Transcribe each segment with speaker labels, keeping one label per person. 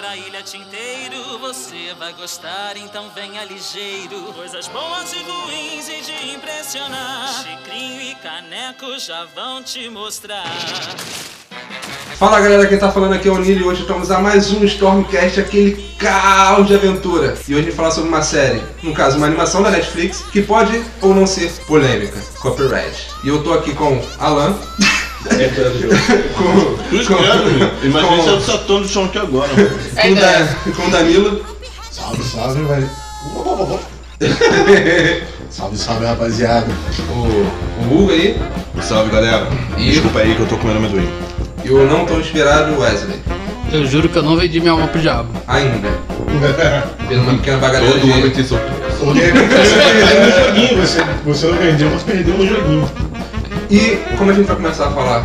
Speaker 1: da Ilha Tinteiro. Você vai gostar, então venha ligeiro. Coisas boas e ruins e de impressionar. Chicrinho e caneco já vão te mostrar.
Speaker 2: Fala galera, quem tá falando aqui é o Nilo e hoje estamos a mais um Stormcast, aquele caos de aventura. E hoje a gente falar sobre uma série, no caso uma animação da Netflix, que pode ou não ser polêmica, copyright. E eu tô aqui com Alan, com,
Speaker 3: Cruz Grande, meu. Imagina se eu
Speaker 2: com,
Speaker 3: Saturno do chão aqui agora. mano.
Speaker 2: com, da, com Danilo
Speaker 4: Salve, salve, vai. Salve, salve, rapaziada.
Speaker 2: o, o Hugo aí
Speaker 3: Salve galera. Desculpa aí que eu tô comendo amendoim.
Speaker 2: e o não tão inspirado Wesley,
Speaker 5: Eu juro que eu não vendi minha alma pro diabo.
Speaker 2: ainda. Pelo uma pequena bagalhada
Speaker 3: Todo homem
Speaker 2: de...
Speaker 3: tem seu preço.
Speaker 4: Porque você perdeu no joguinho, você, você não vendeu, mas perdeu no joguinho.
Speaker 2: E como a gente vai começar a falar?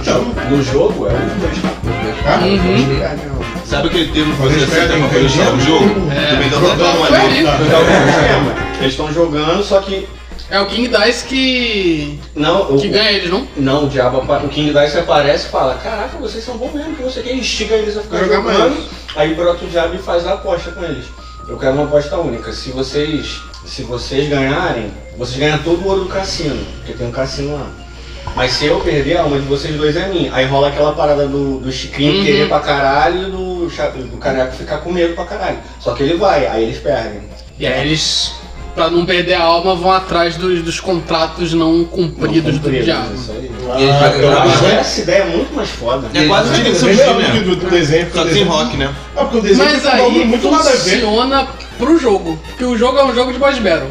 Speaker 4: Então,
Speaker 3: No jogo, é.
Speaker 4: ah,
Speaker 5: Uhum.
Speaker 3: Sabe aquele termo que você
Speaker 4: Eles
Speaker 3: aceita
Speaker 4: pedem
Speaker 3: pra poder jogar o jogo?
Speaker 5: É.
Speaker 3: Também tá dando uma
Speaker 5: É.
Speaker 3: ali.
Speaker 6: Então, um Eles estão jogando, só que
Speaker 5: É o King Dice que.
Speaker 6: não, o,
Speaker 5: que ganha eles, não?
Speaker 6: não, o diabo, apa- o King Dice aparece e fala: Caraca, vocês são bons mesmo, que você quer instiga eles a ficar
Speaker 4: Jogar
Speaker 6: jogando.
Speaker 4: mais.
Speaker 6: Aí brota o diabo e faz a aposta com eles. Eu quero uma aposta única. Se vocês, se vocês ganharem, vocês ganham todo o ouro do cassino, porque tem um cassino lá. Mas se eu perder, a alma de vocês dois é minha. Aí rola aquela parada do, do Chiquinho
Speaker 5: Uhum.
Speaker 6: querer pra caralho e do, cha- do caneco ficar com medo pra caralho. Só que ele vai, aí eles perdem.
Speaker 5: E aí eles, pra não perder a alma, vão atrás dos, dos contratos não cumpridos
Speaker 6: Não
Speaker 5: do
Speaker 6: cumpriram,
Speaker 5: diabo.
Speaker 6: isso aí.
Speaker 2: E eles vai
Speaker 3: então,
Speaker 6: Eu
Speaker 2: tentar
Speaker 6: acho
Speaker 2: baixar.
Speaker 6: essa ideia muito mais foda.
Speaker 3: É quase que tem seu filme, né?
Speaker 4: do, do desenho. porque
Speaker 3: Só
Speaker 4: o
Speaker 3: que sem
Speaker 4: desenho-
Speaker 3: rock, né?
Speaker 4: Ah, porque o desenho
Speaker 5: Mas
Speaker 4: tem um bagulho
Speaker 5: aí
Speaker 4: muito nada a ver.
Speaker 5: funciona pro jogo. Porque o jogo é um jogo de boss battle.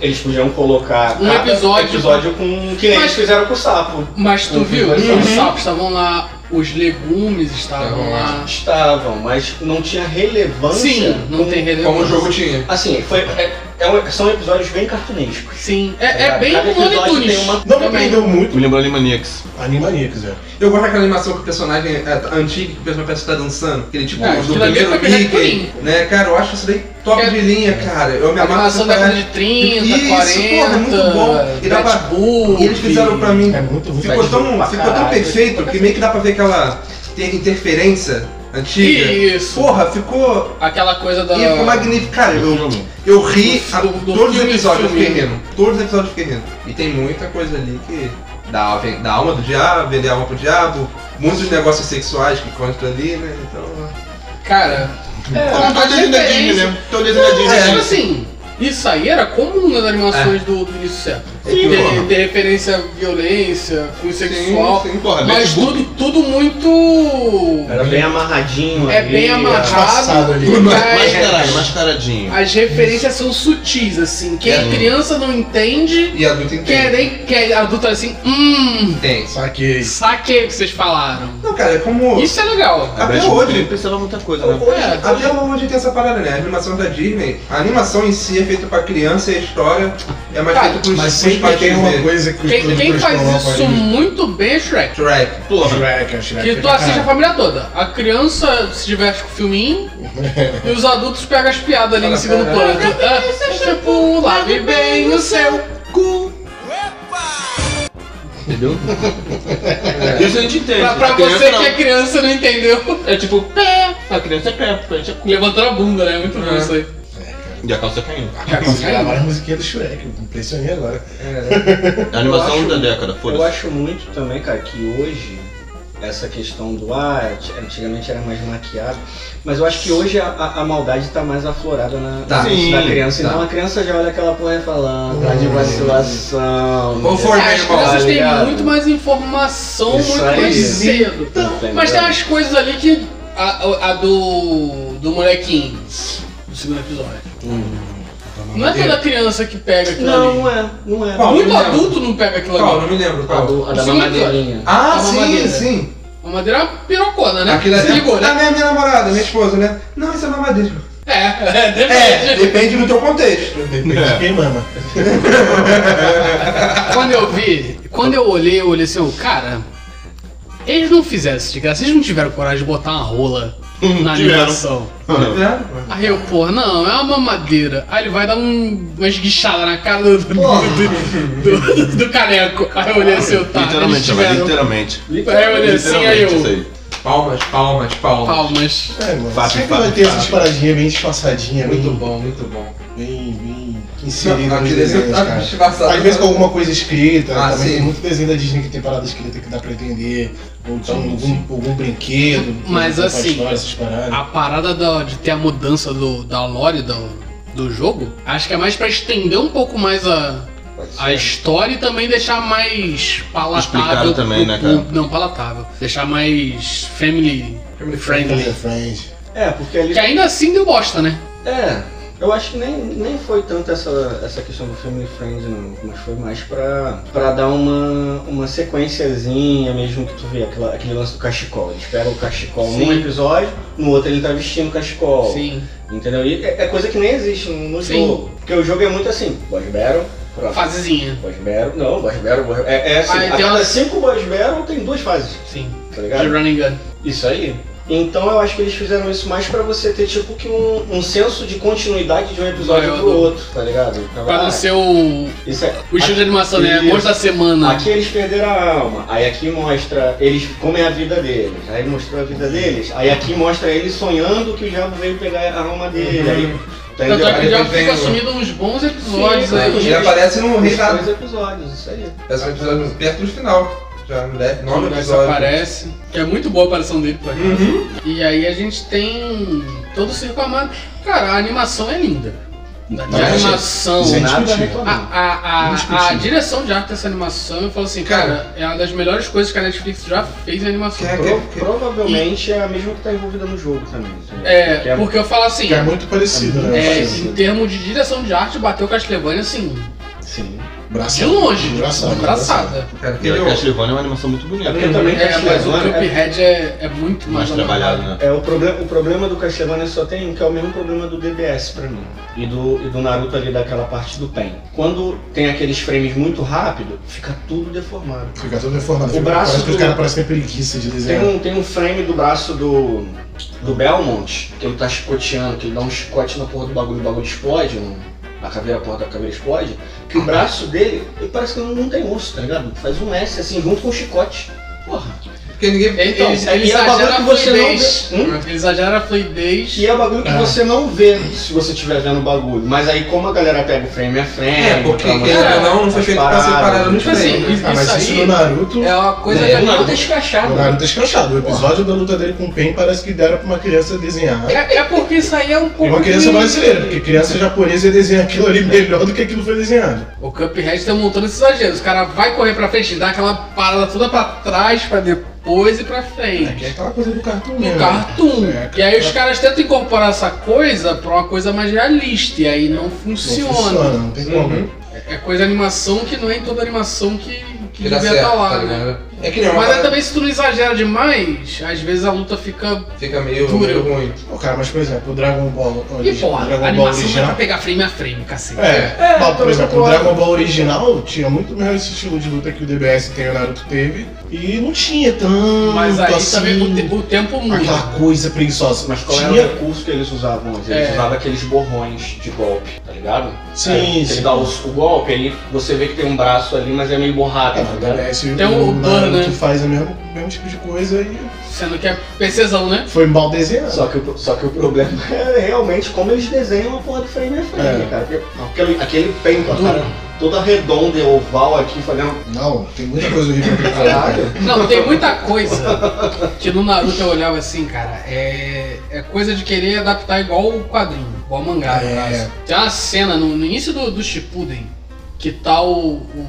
Speaker 6: Eles podiam colocar
Speaker 5: Um
Speaker 6: cada
Speaker 5: episódio.
Speaker 6: episódio com que nem
Speaker 5: Mas-
Speaker 6: eles fizeram com o sapo.
Speaker 5: Mas tu
Speaker 6: Uhum.
Speaker 5: viu?
Speaker 6: Uhum.
Speaker 5: Os sapos estavam lá, os legumes estavam
Speaker 2: Estavam lá.
Speaker 5: lá.
Speaker 6: Estavam, mas não tinha relevância.
Speaker 5: Sim, não
Speaker 6: como-
Speaker 5: tem relevância.
Speaker 2: Como o jogo tinha.
Speaker 6: Assim, foi, é- é um- são episódios bem cartunescos.
Speaker 5: Sim, é, é
Speaker 6: Cada
Speaker 5: bem como
Speaker 6: episódio
Speaker 5: Looney Tunes.
Speaker 6: tem uma-
Speaker 4: Não me
Speaker 5: também.
Speaker 4: prendeu muito.
Speaker 3: Me lembrou Animaniacs.
Speaker 4: Animaniacs, é.
Speaker 2: Eu gosto daquela animação que o personagem é antigo, que o personagem parece que tá dançando. Aquele tipo do
Speaker 5: É, aquilo ali
Speaker 2: primeiro
Speaker 5: foi perfeito pra
Speaker 2: Mickey, né? Cara, eu acho isso daí top
Speaker 5: É.
Speaker 2: de linha, cara. Eu me
Speaker 5: A
Speaker 2: amarro
Speaker 5: animação
Speaker 2: essa
Speaker 5: da década
Speaker 2: parada.
Speaker 5: de 30,
Speaker 2: Isso,
Speaker 5: 40.
Speaker 2: porra, é muito bom. E dá pra-
Speaker 5: Bull,
Speaker 2: E eles fizeram pra mim.
Speaker 4: É muito ruim.
Speaker 2: Ficou tão,
Speaker 6: pra
Speaker 2: ficou tão
Speaker 6: caralho.
Speaker 2: perfeito que meio que dá pra ver aquela ter- interferência antiga.
Speaker 5: Isso.
Speaker 2: Porra, ficou.
Speaker 5: Aquela coisa da.
Speaker 2: E ficou magnífico. Cara, eu,
Speaker 3: Filme.
Speaker 2: eu ri
Speaker 5: Do-
Speaker 2: a
Speaker 5: do- do
Speaker 2: todos os
Speaker 5: filme,
Speaker 2: episódios, eu fiquei
Speaker 5: filme.
Speaker 2: rindo. Todos os episódios eu fiquei rindo. E tem muita coisa ali que. Da, da alma do diabo, vender a alma pro diabo, muitos negócios sexuais que consta ali, né? Então.
Speaker 5: Cara,
Speaker 3: Como todo desenho da Disney, né? Todo desenho da
Speaker 5: mas, tipo
Speaker 3: Disney.
Speaker 5: assim, isso aí era comum nas animações do, do início do século.
Speaker 2: Sim,
Speaker 5: Ter,
Speaker 2: porra.
Speaker 5: ter referência à violência, cunho sexual.
Speaker 2: Sim, sim.
Speaker 3: Porra,
Speaker 5: Mas
Speaker 3: Betty Boop.
Speaker 5: tudo, tudo muito.
Speaker 6: Era bem amarradinho.
Speaker 5: É
Speaker 6: ali,
Speaker 5: bem amarrado.
Speaker 4: Disfarçado ali.
Speaker 5: Mas
Speaker 3: Mascarado, mascaradinho.
Speaker 5: as referências são sutis, assim. Quem é
Speaker 3: É.
Speaker 5: criança não entende,
Speaker 2: E adulto
Speaker 5: quem é,
Speaker 2: entende.
Speaker 5: nem- quem é adulto assim, hum,
Speaker 2: Tem.
Speaker 4: Saquei.
Speaker 5: saquei o que vocês falaram.
Speaker 2: Não, cara, é como.
Speaker 5: Isso é legal.
Speaker 3: A
Speaker 2: Até
Speaker 3: Betty Boop
Speaker 2: hoje.
Speaker 3: não precisava muita coisa, né?
Speaker 2: Hoje,
Speaker 5: É,
Speaker 2: até hoje tem essa parada, né? A animação da Disney, a animação em si é feita pra criança e a história é mais
Speaker 5: Cara,
Speaker 2: feita pros,
Speaker 4: Mas
Speaker 2: pros
Speaker 4: sempre
Speaker 2: pais
Speaker 4: tem uma
Speaker 2: ver.
Speaker 4: coisa que os
Speaker 5: Quem, quem
Speaker 4: produtores
Speaker 5: faz
Speaker 4: colocam
Speaker 5: isso
Speaker 4: ali.
Speaker 5: muito bem é Shrek.
Speaker 2: Shrek.
Speaker 3: Porra.
Speaker 4: Shrek, Shrek. é
Speaker 5: Que tu assiste a família toda. A criança se diverte com o filminho e os adultos pegam as piadas ali
Speaker 2: Fala,
Speaker 5: no segundo plano.
Speaker 2: "Caralho,
Speaker 5: Ah, Shampoo, lave bem o seu cu.
Speaker 3: Entendeu? É. Isso a gente entende.
Speaker 5: Pra, pra
Speaker 3: A criança
Speaker 5: você
Speaker 3: não.
Speaker 5: que é criança não entendeu.
Speaker 3: É tipo, pé. A criança é pé. pé, é cu.
Speaker 5: Levantou a bunda, né? Muito bom
Speaker 2: É.
Speaker 5: isso aí.
Speaker 3: E a calça é caindo.
Speaker 4: Mas
Speaker 5: é
Speaker 4: gravaram a musiquinha do Shrek, eu impressionei agora.
Speaker 2: É,
Speaker 3: A animação
Speaker 6: acho-
Speaker 3: da década,
Speaker 6: Eu
Speaker 3: foda-se.
Speaker 6: acho muito também, cara, que hoje essa questão do ah, anti- antigamente era mais maquiado, mas eu acho que hoje a, a- a maldade tá mais aflorada na,
Speaker 2: Tá.
Speaker 6: na-
Speaker 3: Sim,
Speaker 6: na criança.
Speaker 2: tá.
Speaker 6: Então a criança já olha aquela porra e fala, ah, tá de
Speaker 4: Hum.
Speaker 6: vacilação.
Speaker 2: Conforme
Speaker 5: As
Speaker 2: Irmão,
Speaker 5: crianças
Speaker 6: tá
Speaker 5: têm
Speaker 6: ligado?
Speaker 5: muito mais informação,
Speaker 6: Isso
Speaker 5: muito
Speaker 6: aí. Tá
Speaker 5: mais cedo.
Speaker 6: Entendeu?
Speaker 5: Mas tem umas coisas ali que. A, a do. do molequinho. Do segundo episódio. Não é toda criança que pega aquilo ali.
Speaker 6: Não é, não é.
Speaker 2: Qual?
Speaker 5: Muito
Speaker 2: Não.
Speaker 5: adulto não pega aquilo
Speaker 2: qual?
Speaker 5: ali.
Speaker 2: Não me lembro
Speaker 6: A,
Speaker 2: qual.
Speaker 6: do, a da
Speaker 5: Sim,
Speaker 6: mamadeirinha.
Speaker 2: Ah,
Speaker 5: A
Speaker 2: sim,
Speaker 5: mamadeira.
Speaker 2: sim.
Speaker 5: A madeira é uma pirocona, né?
Speaker 2: Aquilo é
Speaker 5: Se
Speaker 2: ali.
Speaker 5: ligou,
Speaker 2: Da
Speaker 5: né?
Speaker 2: minha, minha namorada, minha esposa, né? Não, isso é mamadeira.
Speaker 5: É, é, depende.
Speaker 2: É, depende do teu contexto.
Speaker 4: Depende
Speaker 3: É.
Speaker 4: de quem mama.
Speaker 5: Quando eu vi, quando eu olhei, eu olhei assim, eu, cara, eles não fizeram isso de graça, eles não tiveram coragem de botar uma rola
Speaker 3: Hum,
Speaker 5: na
Speaker 3: tiveram.
Speaker 5: animação.
Speaker 3: Não.
Speaker 2: É.
Speaker 5: Aí eu, porra, não, é uma mamadeira. Aí ele vai dar um, uma esguichada na cara do, do, do- do- do caneco. Aí eu olhei assim, eu, tá, eles
Speaker 3: Literalmente, mas
Speaker 5: tiveram.
Speaker 3: literalmente.
Speaker 5: Aí eu olhei assim, aí
Speaker 3: Literalmente isso
Speaker 5: eu,
Speaker 3: aí.
Speaker 2: palmas, palmas, palmas.
Speaker 5: Palmas.
Speaker 4: É, mano.
Speaker 2: Fácil,
Speaker 4: sempre
Speaker 2: fácil,
Speaker 4: vai ter essas
Speaker 2: fácil.
Speaker 4: paradinhas bem disfarçadinhas,
Speaker 2: É Muito
Speaker 4: bem,
Speaker 2: bom, muito bom.
Speaker 4: bem, bem
Speaker 2: Não,
Speaker 4: inseridas nos
Speaker 2: aquele
Speaker 4: desenhos,
Speaker 2: desenho tá
Speaker 4: cara.
Speaker 2: disfarçado.
Speaker 4: Às vezes com alguma coisa escrita,
Speaker 2: Ah,
Speaker 4: também
Speaker 2: sim.
Speaker 4: tem muito desenho da Disney que tem parada escrita que dá pra entender, ou tinha
Speaker 3: Sim,
Speaker 4: algum,
Speaker 3: sim.
Speaker 4: algum brinquedo,
Speaker 5: Mas
Speaker 4: ou pra
Speaker 5: assim,
Speaker 4: história, essas paradas.
Speaker 5: A parada da- de ter a mudança do, da lore do, do jogo, acho que é mais pra estender um pouco mais a,
Speaker 6: Pode ser.
Speaker 5: a história e também deixar mais palatável.
Speaker 3: Explicado também,
Speaker 5: pro
Speaker 3: né, cara?
Speaker 5: público. Não, palatável. Deixar mais family
Speaker 2: Family
Speaker 5: friendly.
Speaker 4: Friend. Friend.
Speaker 6: É, porque ali.
Speaker 5: Que ainda assim deu bosta, né?
Speaker 6: É, eu acho que nem, nem foi tanto essa, essa questão do Family Friend, não. Mas foi mais pra, pra dar uma, uma sequenciazinha mesmo que tu vê, aquela, aquele lance do cachecol. Eles pegam o cachecol
Speaker 5: Sim.
Speaker 6: num episódio, no outro ele tá vestindo o cachecol.
Speaker 5: Sim.
Speaker 6: Entendeu? E é, é coisa que nem existe no, no
Speaker 5: Sim.
Speaker 6: jogo. Porque o jogo é muito assim, boss battle, pronto.
Speaker 5: Fasezinha.
Speaker 6: Boss battle, não, boss battle, boss- é, é assim,
Speaker 5: Ah,
Speaker 6: a
Speaker 5: tem
Speaker 6: cada
Speaker 5: umas-
Speaker 6: cinco boss battle tem duas fases,
Speaker 5: Sim.
Speaker 6: tá
Speaker 5: De
Speaker 6: ligado?
Speaker 5: running gun.
Speaker 6: Isso aí. Então eu acho que eles fizeram isso mais pra você ter tipo que um, um senso de continuidade de um episódio
Speaker 5: Maior
Speaker 6: pro
Speaker 5: do-
Speaker 6: outro, tá ligado? Então,
Speaker 5: Pra
Speaker 6: ah,
Speaker 5: não ser o,
Speaker 6: Isso é.
Speaker 5: o estilo de animação, né?
Speaker 6: Isso.
Speaker 5: Monstro da semana.
Speaker 6: Aqui eles perderam a alma, aí aqui mostra eles como é a vida deles, aí mostrou a vida deles, aí aqui mostra eles sonhando que o diabo veio pegar a alma dele, aí, tá
Speaker 5: Tanto
Speaker 6: entendeu?
Speaker 5: é que
Speaker 2: Aí
Speaker 5: já
Speaker 2: tem
Speaker 5: fica
Speaker 2: o-
Speaker 5: assumido uns bons episódios
Speaker 6: Sim,
Speaker 5: aí.
Speaker 2: Ele aparece num
Speaker 6: Os
Speaker 2: reinado.
Speaker 6: dois episódios, isso aí.
Speaker 2: Parece um episódio perto do final. Já né? no dez- nono
Speaker 5: Mas
Speaker 2: episódio.
Speaker 5: aparece. Que é muito boa a aparição dele pra mim.
Speaker 2: Uhum.
Speaker 5: E aí a gente tem todo o circo armado. Cara, a animação é linda. De
Speaker 4: Não,
Speaker 5: animação.
Speaker 4: Sem
Speaker 6: Nada
Speaker 4: discutir.
Speaker 5: A,
Speaker 6: reclamar.
Speaker 5: a, a, a
Speaker 4: Indiscutível.
Speaker 5: direção de arte dessa animação, eu falo assim,
Speaker 2: Cara.
Speaker 5: cara, é uma das melhores coisas que a Netflix já fez em animação.
Speaker 2: Quer-
Speaker 6: Pro-
Speaker 2: que-
Speaker 6: provavelmente é a mesma que tá envolvida no jogo também. entendeu? Que
Speaker 5: É, porque eu falo assim,
Speaker 4: Que é muito parecido, né?
Speaker 5: é,
Speaker 4: Assim,
Speaker 5: em termos de direção de arte, bateu Castlevania assim,
Speaker 6: Sim.
Speaker 5: de
Speaker 4: braçado.
Speaker 5: longe, é
Speaker 4: Braçado,
Speaker 5: abraçada.
Speaker 2: Cara,
Speaker 3: E
Speaker 2: aquele
Speaker 3: a Castlevania é uma animação muito bonita.
Speaker 6: Porque também
Speaker 5: É, mas o
Speaker 6: Castlevania é-
Speaker 5: Cuphead é, é muito
Speaker 3: Mais
Speaker 5: mais
Speaker 3: trabalhado, né?
Speaker 6: É, o, problema, o problema do Castlevania só tem um, que é o mesmo problema do DBS pra mim. E do, e do Naruto ali daquela parte do pen. Quando tem aqueles frames muito rápido, fica tudo deformado.
Speaker 4: Fica todo deformado.
Speaker 6: O
Speaker 4: Fica-
Speaker 6: braço
Speaker 4: parece que os
Speaker 6: do-
Speaker 4: caras parecem ter preguiça de
Speaker 6: Tem
Speaker 4: desenhar.
Speaker 6: um, tem um frame do braço do, do Belmont, que ele tá chicoteando, que ele dá um chicote na porra do bagulho, o bagulho explode, no- na caveira, a porra da caveira explode, que o braço dele, ele parece que não, não tem osso, tá ligado? Faz um S assim, junto com o chicote. Porra.
Speaker 2: Porque ninguém.
Speaker 5: Então,
Speaker 6: Eles-
Speaker 5: ele
Speaker 6: e é um bagulho
Speaker 5: exagera a
Speaker 6: que você não
Speaker 5: fluidez.
Speaker 6: vê. Hum?
Speaker 5: Ele exagera a fluidez.
Speaker 6: E é bagulho que
Speaker 4: É.
Speaker 6: você não vê se você estiver vendo o bagulho. Mas aí como a galera pega o frame a frame.
Speaker 2: É, porque
Speaker 6: pra mostrar
Speaker 2: querendo ou não, não foi
Speaker 6: as
Speaker 2: feito pra ser
Speaker 6: paradas.
Speaker 2: parado muito
Speaker 5: Tipo assim,
Speaker 2: bem.
Speaker 4: Ah, mas
Speaker 5: isso
Speaker 4: isso
Speaker 5: aí-
Speaker 4: no Naruto.
Speaker 5: É uma coisa
Speaker 4: É,
Speaker 5: que
Speaker 6: O Naruto é
Speaker 4: O
Speaker 6: escrachado.
Speaker 4: Naruto é escrachado. O episódio da luta dele com o Pen parece que deram pra uma criança desenhar.
Speaker 5: É, é porque isso aí é um pouco.
Speaker 4: E uma criança
Speaker 5: de-
Speaker 4: brasileira, porque criança japonesa ia desenhar aquilo ali melhor do que aquilo foi desenhado.
Speaker 5: O Cuphead tem um montão de exageros. O cara vai correr pra frente, dá aquela parada toda pra trás, pra depois e pra
Speaker 4: É que é
Speaker 5: frente.
Speaker 4: aquela coisa do cartoon
Speaker 5: No
Speaker 4: mesmo.
Speaker 5: cartoon.
Speaker 4: É,
Speaker 5: E aí os caras tentam incorporar essa coisa pra uma coisa mais realista. E aí não
Speaker 4: Não
Speaker 5: funciona.
Speaker 4: funciona, não tem como.
Speaker 2: Uhum.
Speaker 5: É coisa de animação que não é em toda animação que, que
Speaker 2: Que dá
Speaker 5: devia
Speaker 2: certo,
Speaker 5: estar lá,
Speaker 2: tá
Speaker 5: né?
Speaker 2: ligado? É que nem uma
Speaker 5: Mas é
Speaker 2: parada
Speaker 5: também se tu não exagera demais, às vezes a luta fica.
Speaker 2: fica meio,
Speaker 5: Dura.
Speaker 2: meio ruim.
Speaker 4: Ô, cara, mas por exemplo, o Dragon Ball
Speaker 5: E
Speaker 4: original.
Speaker 5: porra, a
Speaker 4: Dragon Ball
Speaker 5: animação não é pra
Speaker 4: original.
Speaker 5: pegar frame a frame, cacete.
Speaker 4: É,
Speaker 6: É,
Speaker 4: ó,
Speaker 6: tô
Speaker 4: por exemplo, o
Speaker 6: ligado.
Speaker 4: Dragon Ball original tinha muito melhor esse estilo de luta que o DBS tem e o Naruto teve. E não tinha tanto
Speaker 5: Mas aí
Speaker 4: assim,
Speaker 5: também o, te- o tempo muda.
Speaker 4: aquela coisa preguiçosa.
Speaker 6: Mas qual
Speaker 4: tinha...
Speaker 6: era o recurso que eles usavam antes? Eles
Speaker 5: É.
Speaker 6: usavam aqueles borrões de golpe, tá ligado?
Speaker 4: Sim,
Speaker 6: É, Ele
Speaker 4: sim.
Speaker 6: dá o, o golpe, ele, você vê que tem um braço ali, mas é meio borrado,
Speaker 4: É,
Speaker 6: tá
Speaker 4: o
Speaker 6: ligado?
Speaker 4: DBS e
Speaker 5: Tem o
Speaker 4: o Naruto
Speaker 5: Burn, né?
Speaker 4: faz o mesmo, mesmo tipo de coisa e
Speaker 5: Sendo que é PCzão, né?
Speaker 4: foi mal desenhado.
Speaker 6: Só que, o, só que o problema é realmente como eles desenham a porra do frame a frame,
Speaker 4: É.
Speaker 6: cara. Porque Aquele, aquele pen com a
Speaker 5: Duro.
Speaker 6: cara toda redonda e oval aqui, fazendo
Speaker 4: Não, tem muita coisa horrível pra falar.
Speaker 6: caralho.
Speaker 5: Não, tem muita coisa que no Naruto eu olhava assim, cara. É, é coisa de querer adaptar igual o quadrinho, igual o mangá, no
Speaker 4: É.
Speaker 5: caso. Tem uma cena no, no início do, do Shippuden que tá o, o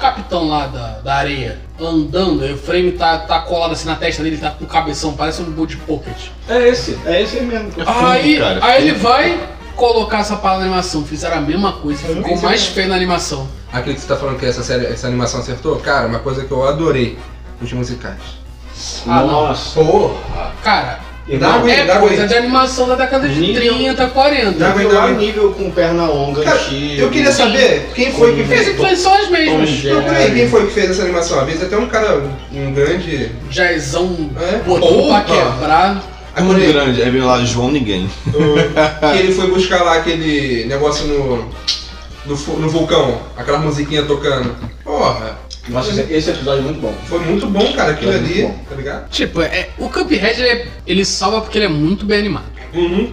Speaker 5: capitão lá da, da areia andando e o frame tá, tá colado assim na testa dele, tá com o cabeção, parece um boot pocket.
Speaker 6: É esse, é esse mesmo.
Speaker 3: É fundo,
Speaker 5: Aí,
Speaker 3: cara, é
Speaker 5: aí ele
Speaker 3: fundo.
Speaker 5: vai colocar essa parada na animação, fizeram a mesma coisa,
Speaker 4: Eu
Speaker 5: ficou
Speaker 4: vi,
Speaker 5: mais
Speaker 4: né?
Speaker 5: feio na animação.
Speaker 2: Aquele que você tá falando que essa, série, essa animação acertou, cara, uma coisa que eu adorei. Os musicais.
Speaker 5: Ah, não.
Speaker 6: Nossa.
Speaker 2: Porra!
Speaker 5: Cara,
Speaker 2: Dá
Speaker 6: Irmão,
Speaker 2: aguenta,
Speaker 5: é
Speaker 2: dá
Speaker 5: coisa
Speaker 2: aguenta.
Speaker 5: de animação da década de
Speaker 6: Nível-
Speaker 5: 30, 40.
Speaker 2: Dá aguenta,
Speaker 6: nível
Speaker 2: dá
Speaker 6: A
Speaker 2: aguenta.
Speaker 6: nível com perna longa,
Speaker 2: Cara,
Speaker 6: tiro.
Speaker 2: Eu queria saber quem foi que
Speaker 5: As
Speaker 2: fez.
Speaker 5: influências são as
Speaker 6: Tom
Speaker 5: mesmas.
Speaker 2: Não, peraí,
Speaker 6: Jerry.
Speaker 2: quem foi que fez essa animação? Às vezes até um cara, um grande.
Speaker 5: Jaizão
Speaker 2: É?
Speaker 5: botou pra
Speaker 2: Opa!
Speaker 5: quebrar.
Speaker 2: Ah, quando ele-
Speaker 3: É grande, aí vem lá João Ninguém.
Speaker 2: o- que ele foi buscar lá aquele negócio no. No, fu- no vulcão, aquela musiquinha tocando. Porra!
Speaker 6: Nossa, esse- esse episódio é muito bom.
Speaker 2: Foi muito bom, cara, aquilo
Speaker 6: Foi muito
Speaker 2: ali,
Speaker 6: bom.
Speaker 2: tá ligado?
Speaker 5: Tipo, é, o Cuphead ele, é- ele salva porque ele é muito bem animado.
Speaker 2: Uhum.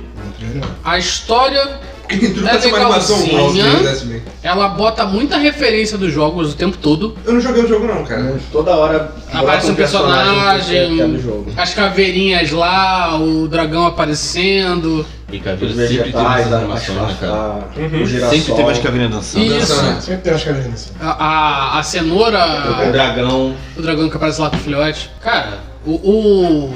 Speaker 5: A história,
Speaker 2: Tudo pra ser uma animação
Speaker 5: legalzinha.
Speaker 2: mal, se fizesse bem.
Speaker 5: ela bota muita referência dos jogos o tempo todo.
Speaker 2: Eu não joguei o jogo não, cara.
Speaker 6: Toda hora
Speaker 5: Aparece
Speaker 6: bota
Speaker 5: um personagem,
Speaker 6: que é do jogo.
Speaker 5: as caveirinhas lá, o dragão aparecendo.
Speaker 3: E caveira
Speaker 6: Os
Speaker 3: sempre teve
Speaker 6: vegetais,
Speaker 3: essas
Speaker 6: a-
Speaker 3: animações, né, cara?
Speaker 6: a-
Speaker 2: Uhum.
Speaker 6: o girassol,
Speaker 3: Sempre teve as caveirinhas dançando.
Speaker 5: Isso.
Speaker 2: Dançando.
Speaker 4: Sempre tem umas cadeiras assim.
Speaker 5: A, a, a
Speaker 6: o
Speaker 5: cenoura,
Speaker 6: dragão,
Speaker 5: o dragão que aparece lá com o filhote. Cara, o, o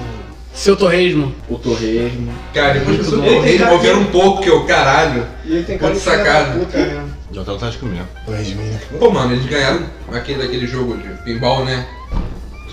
Speaker 5: seu torresmo.
Speaker 6: o torresmo.
Speaker 2: Cara, depois
Speaker 5: Muito
Speaker 2: que eu
Speaker 5: bom.
Speaker 2: me
Speaker 6: tá
Speaker 2: envolveram um pouco, que eu, caralho.
Speaker 6: E ele tem
Speaker 2: cara de filha da puta,
Speaker 6: né?
Speaker 3: Já tá atrás de comer.
Speaker 4: Dois mil.
Speaker 2: Pô, mano, eles ganharam aquele, aquele jogo de pinball, né?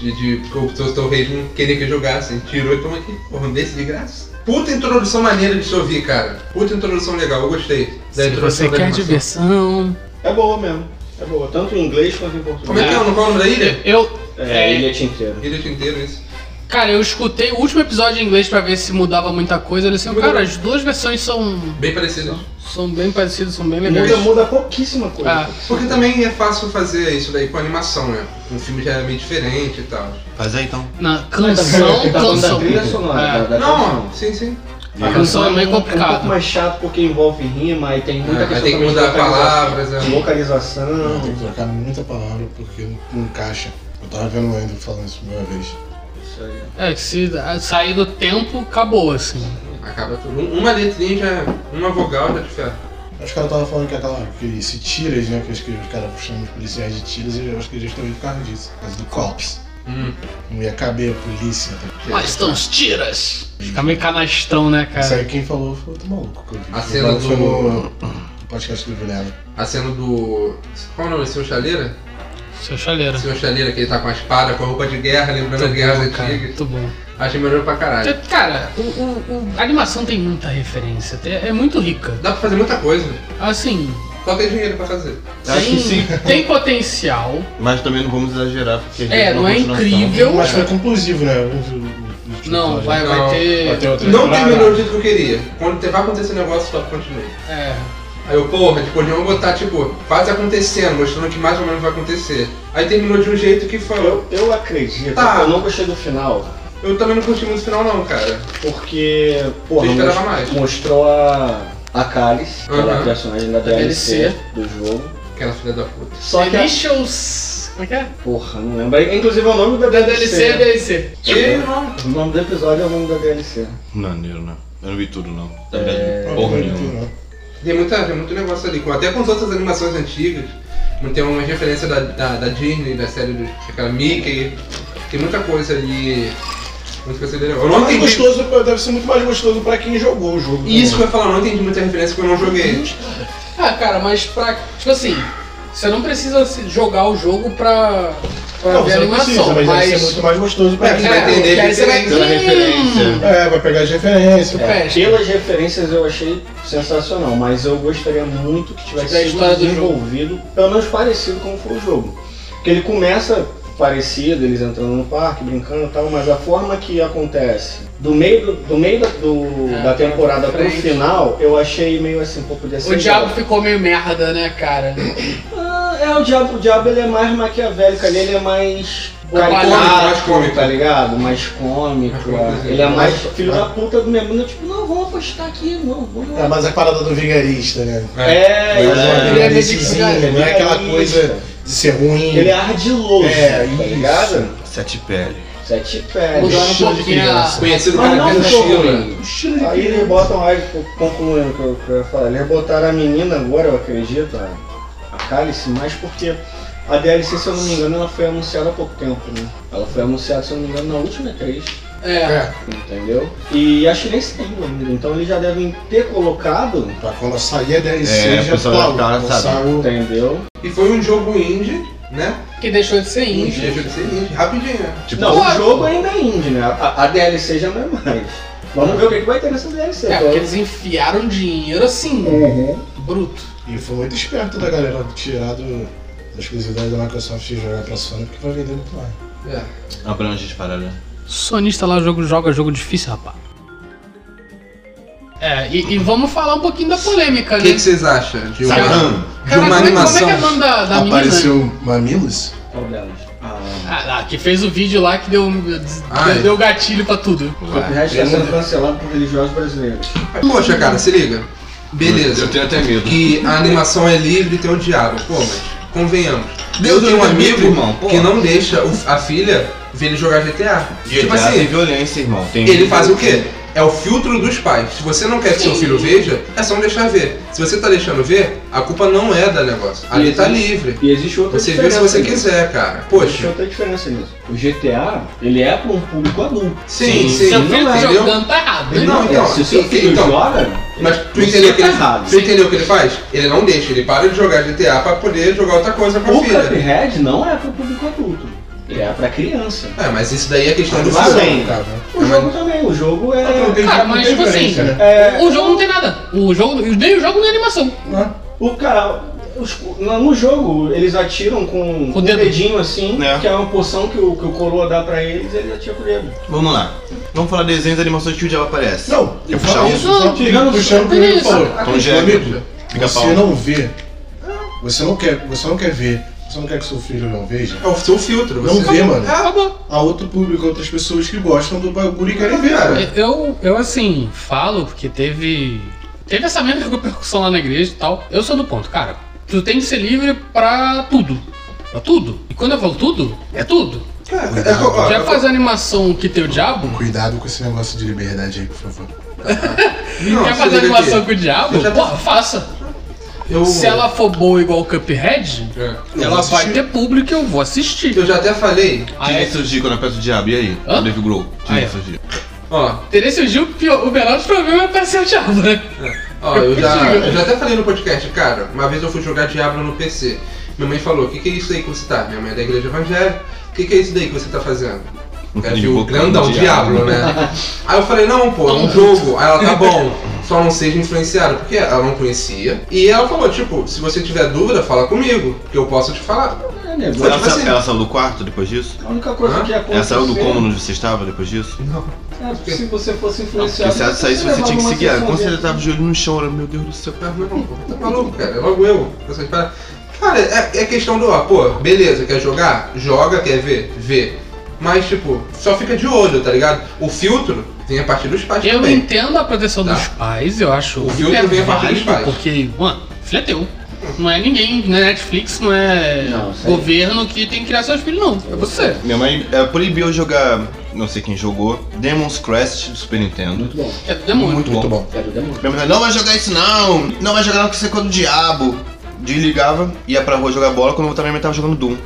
Speaker 2: De, de que o Tostão Reis não queria que jogassem. Tirou e toma aqui. Porra, um desse de graça. Puta introdução maneira de se ouvir, cara. Puta introdução legal, eu gostei. Da
Speaker 5: Se
Speaker 2: introdução
Speaker 5: você
Speaker 2: da
Speaker 5: quer
Speaker 2: animação.
Speaker 5: diversão.
Speaker 6: É boa mesmo. É boa. Tanto em inglês quanto em
Speaker 2: Como é
Speaker 6: português.
Speaker 2: que é? Não qual o nome da ilha?
Speaker 5: Eu.
Speaker 6: É,
Speaker 5: É.
Speaker 6: ele é tinteiro.
Speaker 2: Ilha inteiro, isso.
Speaker 5: Cara, eu escutei o último episódio em inglês pra ver se mudava muita coisa. Ele assim, cara, as duas versões são,
Speaker 2: Bem parecido.
Speaker 5: são bem parecidas, são bem legais.
Speaker 6: Muda, muda pouquíssima coisa.
Speaker 5: É. Ah,
Speaker 2: Porque também é fácil fazer isso daí com animação, né? Um filme já é meio diferente e tal.
Speaker 3: Faz aí então.
Speaker 5: na
Speaker 6: Ele
Speaker 5: canção,
Speaker 6: tá falando da
Speaker 5: canção.
Speaker 6: trilha sonora.
Speaker 5: É.
Speaker 6: da- da
Speaker 2: Não,
Speaker 6: canção.
Speaker 2: sim, sim.
Speaker 6: A
Speaker 5: canção é meio
Speaker 6: um- um
Speaker 5: complicada.
Speaker 6: pouco mais chato porque envolve rima e tem muita
Speaker 2: É,
Speaker 6: questão
Speaker 2: tem que
Speaker 6: também de
Speaker 2: mudar
Speaker 6: localiza-
Speaker 2: palavras, é.
Speaker 6: de Localização.
Speaker 4: Não, tem que colocar muita palavra porque não- não encaixa. Eu tava vendo o Andrew falando isso a primeira vez.
Speaker 6: Isso aí.
Speaker 5: É, que se ah, sair do tempo, acabou, assim.
Speaker 2: Acaba tudo. Um- Uma letrinha já. Uma vogal já te ferra.
Speaker 4: Acho que ela tava falando que é aquela. que se tiras, né? Que acho que os caras chamam os policiais de tiras e eu acho que justamente por causa disso. Por causa do cops.
Speaker 2: Hum.
Speaker 4: Não ia caber a polícia. Tá?
Speaker 5: Mas estão os tiras. Fica meio canastrão, né,
Speaker 4: Isso
Speaker 5: cara?
Speaker 4: aí quem falou foi outro maluco. que eu vi.
Speaker 2: A cena
Speaker 4: Foi no-
Speaker 2: do-
Speaker 4: no podcast do Vilela.
Speaker 2: A cena do. Qual é o nome? Seu Chaleira?
Speaker 5: Seu chaleira.
Speaker 2: Seu Chaleira que ele tá com a espada, com a roupa de guerra, lembrando as guerras
Speaker 5: Cara,
Speaker 2: antigas.
Speaker 5: muito bom.
Speaker 2: Achei melhor pra caralho.
Speaker 5: Tem- Cara, o, o- o- a animação tem muita referência, tem- é muito rica.
Speaker 2: Dá pra fazer muita coisa.
Speaker 5: Assim,
Speaker 2: Só tem dinheiro pra fazer.
Speaker 3: Acho que
Speaker 5: tem,
Speaker 3: sim.
Speaker 5: tem potencial.
Speaker 3: Mas também não vamos exagerar, porque... às vezes
Speaker 5: É, não é
Speaker 3: continuação.
Speaker 5: incrível.
Speaker 4: Mas foi conclusivo, né? O- o- o- o-
Speaker 5: Não,
Speaker 4: o-
Speaker 5: vai, vai
Speaker 2: Não,
Speaker 4: Vai ter
Speaker 5: ter.
Speaker 4: outra
Speaker 2: Não
Speaker 4: temporada.
Speaker 2: terminou do jeito que eu queria. Quando te- vai acontecer um negócio, só continue.
Speaker 5: É,
Speaker 2: Aí eu, porra, tipo, vamos botar, tipo, quase acontecendo, mostrando que mais ou menos vai acontecer. Aí terminou de um jeito que falou.
Speaker 6: Eu, eu acredito.
Speaker 2: Tá.
Speaker 6: Eu não gostei do final.
Speaker 2: Eu também não curti muito o final, não, cara.
Speaker 6: Porque, porra,
Speaker 2: Você esperava
Speaker 6: mos-
Speaker 2: mais.
Speaker 6: mostrou a, a Cálice, que ela é
Speaker 2: Uhum.
Speaker 6: a personagem da DLC, do jogo.
Speaker 2: Aquela filha da puta.
Speaker 6: Só que, a,
Speaker 5: Delicious. Como é que é?
Speaker 6: porra, não lembro. Inclusive o nome da
Speaker 5: Da
Speaker 6: DLC.
Speaker 5: DLC
Speaker 4: né?
Speaker 5: é DLC.
Speaker 2: E não.
Speaker 6: O nome do episódio é o nome da DLC.
Speaker 3: Maneiro, né? Eu não vi tudo, não. Na
Speaker 6: É,
Speaker 3: verdade,
Speaker 4: Não,
Speaker 3: porra
Speaker 4: não,
Speaker 3: nenhuma.
Speaker 4: não.
Speaker 2: Tem, muita, tem muito negócio ali. com- Até com as outras animações antigas. Tem uma referência da, da, da Disney, da série do daquela Mickey. Tem muita coisa ali. Muita coisa ali. legal. Eu não
Speaker 4: Mas
Speaker 2: entendi.
Speaker 4: gostoso, deve ser muito mais gostoso pra quem jogou o jogo.
Speaker 2: Isso que eu ia falar, eu não entendi muita referência porque eu não joguei. Tipo,
Speaker 5: Ah, cara, mas pra. Tipo assim, você não precisa se- jogar o jogo pra, pra
Speaker 4: Não,
Speaker 5: ver
Speaker 4: você
Speaker 5: a
Speaker 4: não precisa,
Speaker 5: animação.
Speaker 4: mas deve ser
Speaker 5: mas.
Speaker 4: muito mais gostoso pra
Speaker 2: É,
Speaker 4: quem
Speaker 2: você vai
Speaker 4: jogou.
Speaker 2: entender.
Speaker 5: que aí você vai.
Speaker 3: Pela referência.
Speaker 4: É, vai pegar as referências.
Speaker 5: É. Peste.
Speaker 6: Pelas referências eu achei sensacional, mas eu gostaria muito que tivesse
Speaker 5: Da
Speaker 6: sido
Speaker 5: história do
Speaker 6: desenvolvido, pelo menos parecido como foi o jogo. Porque ele começa parecido, eles entrando no parque, brincando e tal, mas a forma que acontece do meio, do, do meio da, do-
Speaker 5: É,
Speaker 6: da temporada
Speaker 5: pra
Speaker 6: pro
Speaker 5: frente.
Speaker 6: final, eu achei meio assim, pô, podia ser.
Speaker 5: O diabo
Speaker 6: igual.
Speaker 5: ficou meio merda, né, cara?
Speaker 6: Ah, é, o diabo, o diabo ele é mais maquiavélico ali, ele é mais.
Speaker 5: Cômico, né?
Speaker 2: mais cômico.
Speaker 6: Cômico, tá ligado? Mais cômico.
Speaker 2: Mais cômico,
Speaker 6: é. Ele é
Speaker 2: sim.
Speaker 6: mais filho da puta do mesmo. Eu, Tipo, não, vamos apostar aqui, não, vamos
Speaker 4: É,
Speaker 6: lá.
Speaker 4: mas a parada do vigarista, né?
Speaker 6: É,
Speaker 3: Mas
Speaker 6: ele
Speaker 3: é-
Speaker 6: é,
Speaker 4: Ele é
Speaker 5: meio que
Speaker 4: vigarista, não é aquela coisa de ser ruim.
Speaker 6: Ele é ardiloso,
Speaker 4: É,
Speaker 6: tá
Speaker 4: isso.
Speaker 6: ligado?
Speaker 3: Sete pele.
Speaker 6: Sete
Speaker 5: Mudar
Speaker 6: pés.
Speaker 5: um
Speaker 4: Estilo É, de
Speaker 5: pouquinho
Speaker 4: criança.
Speaker 5: a.
Speaker 2: Conhecido
Speaker 6: Mas
Speaker 2: cara
Speaker 6: não
Speaker 2: que é
Speaker 6: ficou
Speaker 2: China.
Speaker 6: ruim. Aí eles botam, aí, co- concluindo o que eu, que eu ia falar, eles botaram a menina agora, eu acredito, a, a Cálice, mas porque a DLC, se eu não me engano, ela foi anunciada há pouco tempo, né? Ela foi anunciada, se eu não me engano, na última três.
Speaker 5: É.
Speaker 2: É.
Speaker 6: Entendeu? E acho que nem se tem ainda. Então eles já devem ter colocado,
Speaker 4: Pra quando sair a DLC,
Speaker 3: É, o
Speaker 4: já
Speaker 3: pessoal
Speaker 4: plau,
Speaker 3: já tá,
Speaker 4: lançar
Speaker 3: sabe?
Speaker 4: o-
Speaker 6: entendeu?
Speaker 2: E foi um jogo indie, né?
Speaker 5: Que deixou de ser
Speaker 2: Indie.
Speaker 5: índio.
Speaker 2: Deixou de ser indie. Rapidinho, né?
Speaker 3: Tipo,
Speaker 6: Não,
Speaker 5: Porra.
Speaker 6: o jogo ainda é indie, né? A, a DLC já não é mais. Vamos ver o que, que vai ter nessa DLC.
Speaker 5: É,
Speaker 6: tá?
Speaker 5: porque eles enfiaram dinheiro assim,
Speaker 6: Uhum.
Speaker 5: bruto.
Speaker 4: E foi muito esperto da galera tirar do, da exclusividade da Microsoft e jogar pra Sony, porque vai vender muito mais.
Speaker 2: É.
Speaker 3: abrange as paradas.
Speaker 5: Sonista lá jogo, joga jogo difícil, rapaz. É, e, e vamos falar um pouquinho da polêmica,
Speaker 2: O
Speaker 5: né?
Speaker 2: que, que vocês acham de uma,
Speaker 3: Satan.
Speaker 2: de uma
Speaker 5: como é- como é que é o
Speaker 2: animação?
Speaker 5: nome da, da menina?
Speaker 4: Mamilos?
Speaker 6: Qual delas? Ah,
Speaker 5: Ah, lá, que fez o vídeo lá que deu,
Speaker 2: Ai.
Speaker 5: deu gatilho pra tudo.
Speaker 6: o resto está
Speaker 2: um-
Speaker 6: sendo cancelado por religiosos brasileiros.
Speaker 2: Poxa, cara, se liga. Beleza.
Speaker 3: Eu tenho até medo.
Speaker 2: que a animação é livre e tem o diabo. Pô, mas convenhamos.
Speaker 3: Deus
Speaker 2: eu tenho um
Speaker 3: é livre,
Speaker 2: amigo
Speaker 3: irmão, pô.
Speaker 2: que não deixa o- a filha ver ele jogar GTA. tipo
Speaker 3: Tem né?
Speaker 2: assim,
Speaker 3: violência, irmão. Tem
Speaker 2: ele faz o quê? É o filtro dos pais. Se você não quer que seu filho veja, é só não deixar ver. Se você tá deixando ver, a culpa não é da negócio. Ali tá livre.
Speaker 6: E existe outra
Speaker 2: Você vê se
Speaker 6: diferença.
Speaker 2: você
Speaker 6: nisso.
Speaker 2: quiser, cara.
Speaker 6: Existe
Speaker 2: Poxa,
Speaker 6: outra diferença nisso. O GTA, ele é para um público adulto.
Speaker 2: sim,
Speaker 3: Sim.
Speaker 2: sim.
Speaker 5: Seu filho tá
Speaker 2: entendeu?
Speaker 5: jogando, tá errado, né?
Speaker 2: Não,
Speaker 6: é,
Speaker 2: então,
Speaker 6: se o seu
Speaker 2: e-
Speaker 6: filho
Speaker 2: então,
Speaker 6: joga,
Speaker 2: Mas tu
Speaker 6: você
Speaker 2: entendeu, o que
Speaker 6: tá
Speaker 2: ele,
Speaker 6: errado.
Speaker 2: tu entendeu o que ele faz? Ele não deixa, ele para de jogar GTA pra poder jogar outra coisa com a
Speaker 6: O
Speaker 2: filha.
Speaker 6: Cuphead não é para o público adulto. Ele é para criança.
Speaker 2: É, mas isso daí é questão do
Speaker 6: Mas
Speaker 2: filme,
Speaker 6: bem,
Speaker 2: cara.
Speaker 6: O jogo também, o jogo
Speaker 2: Tá
Speaker 6: é.
Speaker 5: Cara, mas tipo assim,
Speaker 2: né?
Speaker 6: É.
Speaker 5: o jogo não tem nada. O jogo, nem o jogo nem a animação.
Speaker 6: O cara. os- no no jogo, eles atiram com, com o
Speaker 5: dedo.
Speaker 6: dedinho assim,
Speaker 3: É.
Speaker 6: que é uma poção que o, que o coroa dá pra eles, eles atiram com o dedo.
Speaker 3: Vamos lá. Vamos falar desenhos e animações que o diabo aparece.
Speaker 4: Não, eu
Speaker 3: Eu puxar
Speaker 4: falo
Speaker 3: um.
Speaker 4: isso, só tirando do chão que ele falou.
Speaker 3: Tom Jerry. Pica-pau.
Speaker 4: Você não vê, você não quer, você não quer ver, você não quer que seu filho não veja.
Speaker 2: É o seu filtro.
Speaker 4: Não
Speaker 2: você-
Speaker 4: vê, mano.
Speaker 5: Acabou.
Speaker 4: Há outro público, outras pessoas que gostam do bagulho e querem ver,
Speaker 2: Cara,
Speaker 4: cara.
Speaker 5: Eu, eu assim, falo porque teve. Teve essa mesma repercussão lá na igreja e tal. Eu sou do ponto, cara. Tu tem que ser livre pra tudo. Pra tudo. E quando eu falo tudo, é tudo.
Speaker 2: É, é, é, ó,
Speaker 5: Quer fazer animação que tem o diabo?
Speaker 4: Cuidado com esse negócio de liberdade aí, por favor.
Speaker 2: não,
Speaker 5: Quer
Speaker 2: se
Speaker 5: fazer
Speaker 2: liga aqui.
Speaker 5: animação com o diabo?
Speaker 2: Eu já-
Speaker 5: Porra, faça.
Speaker 2: Eu,
Speaker 5: Se ela for boa igual o Cuphead,
Speaker 2: É.
Speaker 4: vou
Speaker 5: ela vai Ah, é?
Speaker 4: assistir.
Speaker 5: ter público e eu vou assistir.
Speaker 2: eu já até falei,
Speaker 5: Aí,
Speaker 3: Tirei surgir quando aparece o né? diabo. E aí?
Speaker 5: Hã?
Speaker 3: O Dave Grohl.
Speaker 5: Ah, é.
Speaker 3: Tirei surgir.
Speaker 2: ó,
Speaker 5: teria surgido o pior- o menor dos problemas é aparecer o diabo, né?
Speaker 2: ó, eu já, eu já até falei no podcast, cara, uma vez eu fui jogar Diablo no PC. Minha mãe falou, o que, que é isso daí que você tá? Minha mãe é da igreja evangélica, o que, que é isso daí que você tá fazendo? Ela viu o grandão, Diablo, né? Aí eu falei, não, pô, é um jogo. Aí ela, tá bom, só não seja influenciado, porque ela não conhecia. E ela falou, tipo, se você tiver dúvida, fala comigo, que eu posso te falar.
Speaker 6: É negócio.
Speaker 3: Ela,
Speaker 2: Tipo
Speaker 3: sa-
Speaker 2: assim.
Speaker 3: ela saiu do quarto depois disso?
Speaker 6: A única coisa
Speaker 2: Hã?
Speaker 6: que aconteceu.
Speaker 3: Ela saiu do cômodo onde você estava depois disso?
Speaker 6: É, porque se você fosse
Speaker 3: Não, porque
Speaker 6: influenciado.
Speaker 3: se ela saísse, você
Speaker 6: levava
Speaker 3: tinha que
Speaker 6: uma
Speaker 3: seguir ela.
Speaker 6: sessão
Speaker 3: Quando você
Speaker 6: dessa.
Speaker 3: tava de olho no chão, ela, meu Deus do céu.
Speaker 2: Ah, não, pô, tá maluco, cara. Logo eu. Essas paradas. Cara, é, é questão do, ó, pô, beleza, quer jogar? Joga, quer ver? Vê. Mas, tipo, só fica de olho, tá ligado? O filtro vem a partir dos pais
Speaker 5: Eu
Speaker 2: também.
Speaker 5: entendo a proteção
Speaker 2: Tá.
Speaker 5: dos pais, eu acho.
Speaker 2: O
Speaker 5: que
Speaker 2: filtro
Speaker 5: é
Speaker 2: vem a partir dos
Speaker 5: válido,
Speaker 2: pais.
Speaker 5: Porque, mano, filho é teu. Não é ninguém, não é Netflix, não é
Speaker 6: Não, isso aí.
Speaker 5: governo que tem que criar seus filhos, não. É você.
Speaker 3: Minha mãe é, proibiu eu jogar, não sei quem jogou, Demon's Crest do Super Nintendo.
Speaker 6: Muito bom.
Speaker 5: É do demônio.
Speaker 4: Muito bom.
Speaker 6: Quero demônio.
Speaker 3: Minha mãe falou, não vai jogar isso não, não vai jogar não que você é coisa do diabo. Desligava, ia pra rua jogar bola, quando eu voltava minha mãe tava jogando Doom.